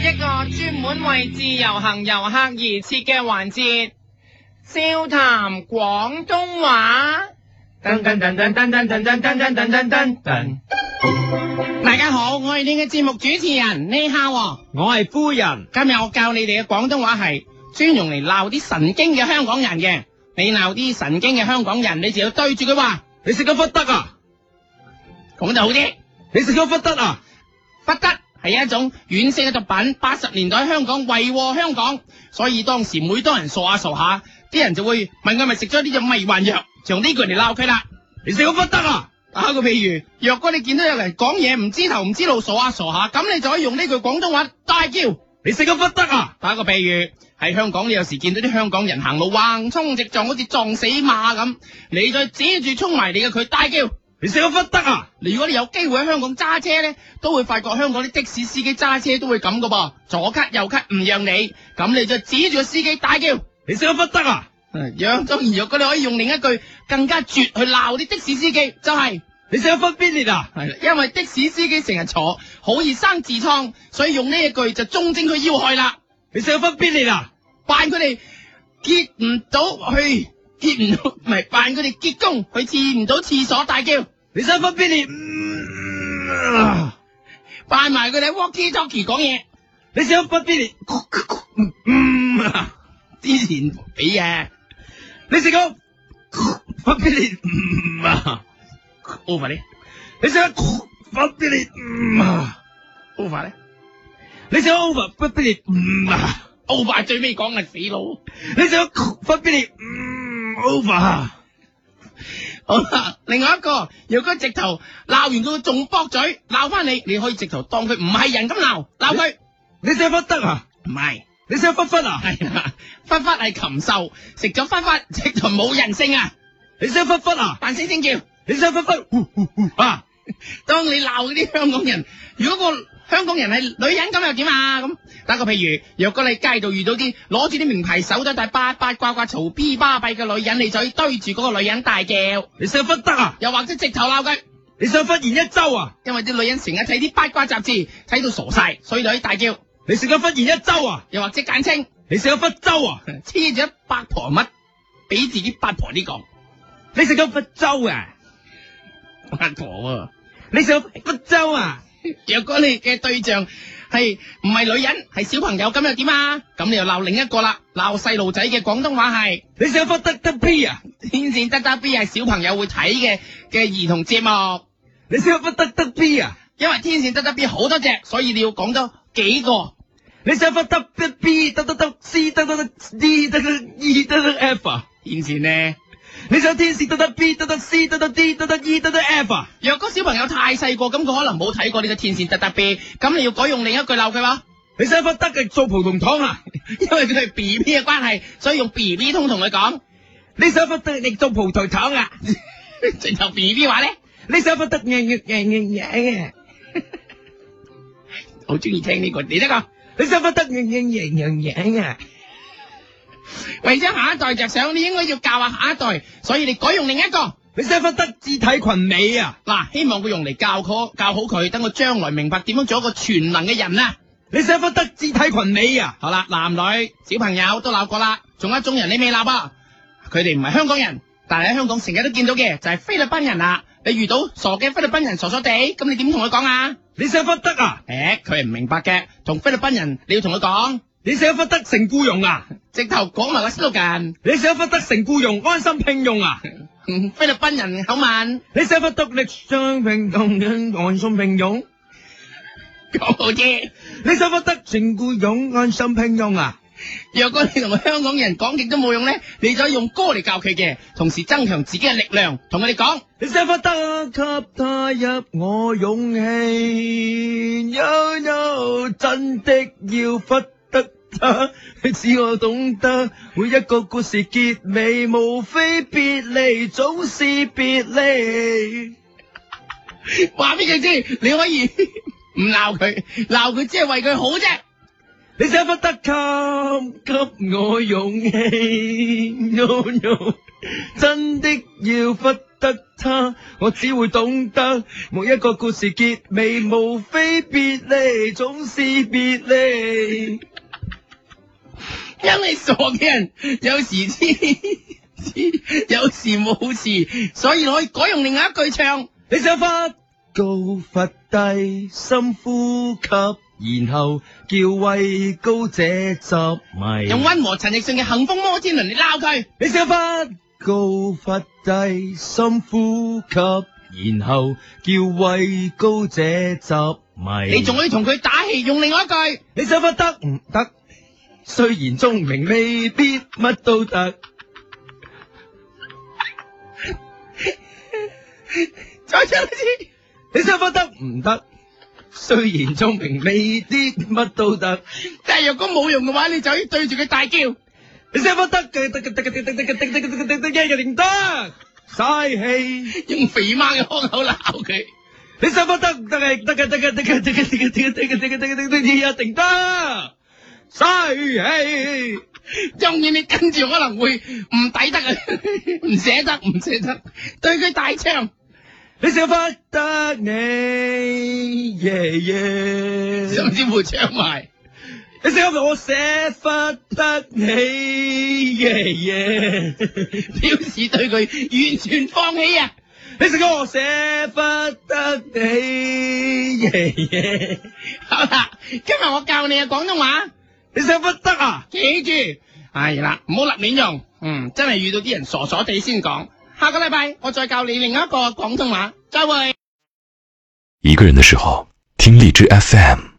一個專門為自由行遊客而設嘅環節，笑談廣東話。噔噔噔噔噔噔噔噔噔噔噔噔噔，大家好，我係你嘅節目主持人呢下喎。我係夫人。今日我教你哋嘅廣東話係專用嚟鬧啲神經嘅香港人嘅。你鬧啲神經嘅香港人，你就要對住佢話，你食咗忽得啊？講得好啲。你食咗忽得啊？不得係一種軟性嘅作品，八十年代香港為禍香港，所以當時每當人傻下傻下，啲人就會問佢係咪食咗呢隻迷幻藥，就用呢句嚟鬧佢啦。你食咗忽得啊？打個譬如，若果你見到有人講嘢唔知頭唔知路傻下傻下，咁你就可以用呢句廣東話大叫。你食咗忽得啊？打個譬如，喺香港你有時見到啲香港人行路橫衝直撞，好似撞死馬咁，你再指住衝埋嚟嘅佢大叫。你食咗忽得啊？如果你有機會喺香港揸車咧，都會發覺香港啲的士司機揸車都會咁噶噃，左咳右咳唔讓你，咁你就指住個司機大叫。你食咗忽得啊？樣當然，若果你可以用另一句更加絕去鬧啲的士司機，就係、你食咗忽必烈啊？係啦，因為的士司機成日坐，好易生痔瘡，所以用呢一句就中正佢要害啦，你食咗忽必烈啊？扮佢哋結唔到去，結唔到，唔係扮佢哋結功去廁唔到廁所大叫。你食咗忽必烈？嗯啊扮埋佢哋 walkie talkie 講嘢。你食咗忽必烈？嗯啊之前俾啊嘅你食咗忽必烈？嗯啊 over 咧你食咗忽必烈？嗯啊，over 咧你食咗 over 忽必烈？嗯啊，over 最尾講係死佬。你食咗忽必烈？嗯 over 啊。好啦，另外一個，若果直頭鬧完佢仲駁嘴，鬧翻你，你可以直頭當佢唔係人咁鬧，鬧佢你食忽得啊？唔係你食忽忽啊？係啦，忽忽係禽獸，食咗忽忽，直頭冇人性啊！你食忽忽啊？扮聲聲叫，你食忽忽呼呼呼啊？ 當你鬧嗰啲香港人，如果個香港人係女人咁又點啊？咁打個譬如，若果你街度遇到啲攞住啲名牌手袋但係八八卦卦嘈 B 巴閉嘅女人，你就可以對住嗰個女人大叫。你食忽得啊？又或者直頭鬧佢，你食忽然一周啊？因為啲女人成日睇啲八卦雜誌，睇到傻晒，所以就可以大叫，你食咗忽然一周啊？又或者簡稱你食咗忽周啊？黐住一八婆乜，俾自己八婆啲講你食咗忽周啊？八婆喎、你食咗忽周啊？若果你嘅對象係唔係女人，係小朋友，咁又點啊？咁你又鬧另一個啦，鬧細路仔嘅廣東話係 你食咗忽得得 B 啊？天線得得 B 係小朋友會睇嘅嘅兒童節目，你食咗忽得得 B 啊？因為天線得得 B 好多隻，所以你要講多幾個。你食咗忽得得 B 得得得 C 得得得 D 得得 E 得得 F 啊？天線呢？你想天使得得 B 得得 C 得得 D 得得 E 得得 F 啊？若果小朋友太細個，咁佢可能冇睇過呢個天線得得 B，咁你要改用另一句鬧佢話， 你食咗忽得嘅做葡萄糖啊？因為佢係 B B 嘅關係，所以用 B B 通同佢講。 你食咗忽得你做葡萄糖啊？直頭 B B 話咧，你想不得嘅嘅嘅嘅嘅，好中意聽呢、個，你得個。你想不得嘅嘅嘅嘅嘅，為咗下一代着想，你應該要教下下一代，所以你改用另一個。你想不得肢體群美啊！嗱，希望佢用嚟教佢教好佢，等佢將來明白點樣做一個全能嘅人啦。你想不得肢體群美啊！好啦，男女小朋友都鬧過啦，仲有一種人你未鬧啊，佢哋唔係香港人，但係喺香港成日都見到嘅就係菲律賓人啦。你遇到傻嘅菲律賓人傻傻地，咁你點同佢講啊？你想不得啊！誒，佢係唔明白嘅，同菲律賓人你要同佢講，你想不得成雇用啊！直頭講埋個 slogan，你想不得成雇用安心聘用啊！嗯菲律賓人口吻你想不得力相聘用安心聘用，講好啲。你想不得成雇用安心聘用啊！若果你同香港人講極都冇用咧，你就可以用歌嚟教佢嘅，同時增強自己嘅力量，同佢哋講。你想不得給他入我勇氣，no no，真的要忽得他，使我懂得每一個故事結尾，無非別離，總是別離。話俾佢知，你可以 唔鬧佢，鬧佢只係為佢好啫。你想不得給給我勇氣，no no，真的要忽得他，我只會懂得每一個故事結尾，無非別離，總是別離。因你傻嘅人有時知， 有時冇事，所以可以改用另外一句唱。你想發高發低，深呼吸，然後叫畏高者執迷。用温和陳奕迅嘅《幸福摩天輪》嚟鬧佢，你想發高發低，深呼吸，然後叫畏高者執迷。你仲可以同佢打氣，用另外一句。你想法得唔得？雖然聰明未必乜都得，再唱一次，你想法得唔得？雖然聰明未必乜都得，但係若果冇用嘅話，你就可以對住佢大叫。你想法得嘅得嘅得嘅得嘅得嘅得嘅得嘅得嘅得嘅一定得，嘥氣。用肥媽嘅腔口鬧佢，你想法得唔得嘅得嘅得嘅得嘅得嘅得嘅得嘅得嘅得嘅得嘅得嘅一定得，嘥氣。當然你跟住可能會唔抵得啊，唔捨得，唔捨得，對佢大唱。你想法得你耶耶。甚至乎唱埋。你識唔識我寫忽得你耶耶？表示對佢完全放棄啊！你識唔識我寫忽得你耶耶？好啦，今日我教你嘅廣東話，你寫忽得啊？記住，係啦，唔好立亂用，嗯，真係遇到啲人傻傻地先講。下個禮拜我再教你另一個廣東話，再會。一个人的时候，听荔枝 FM。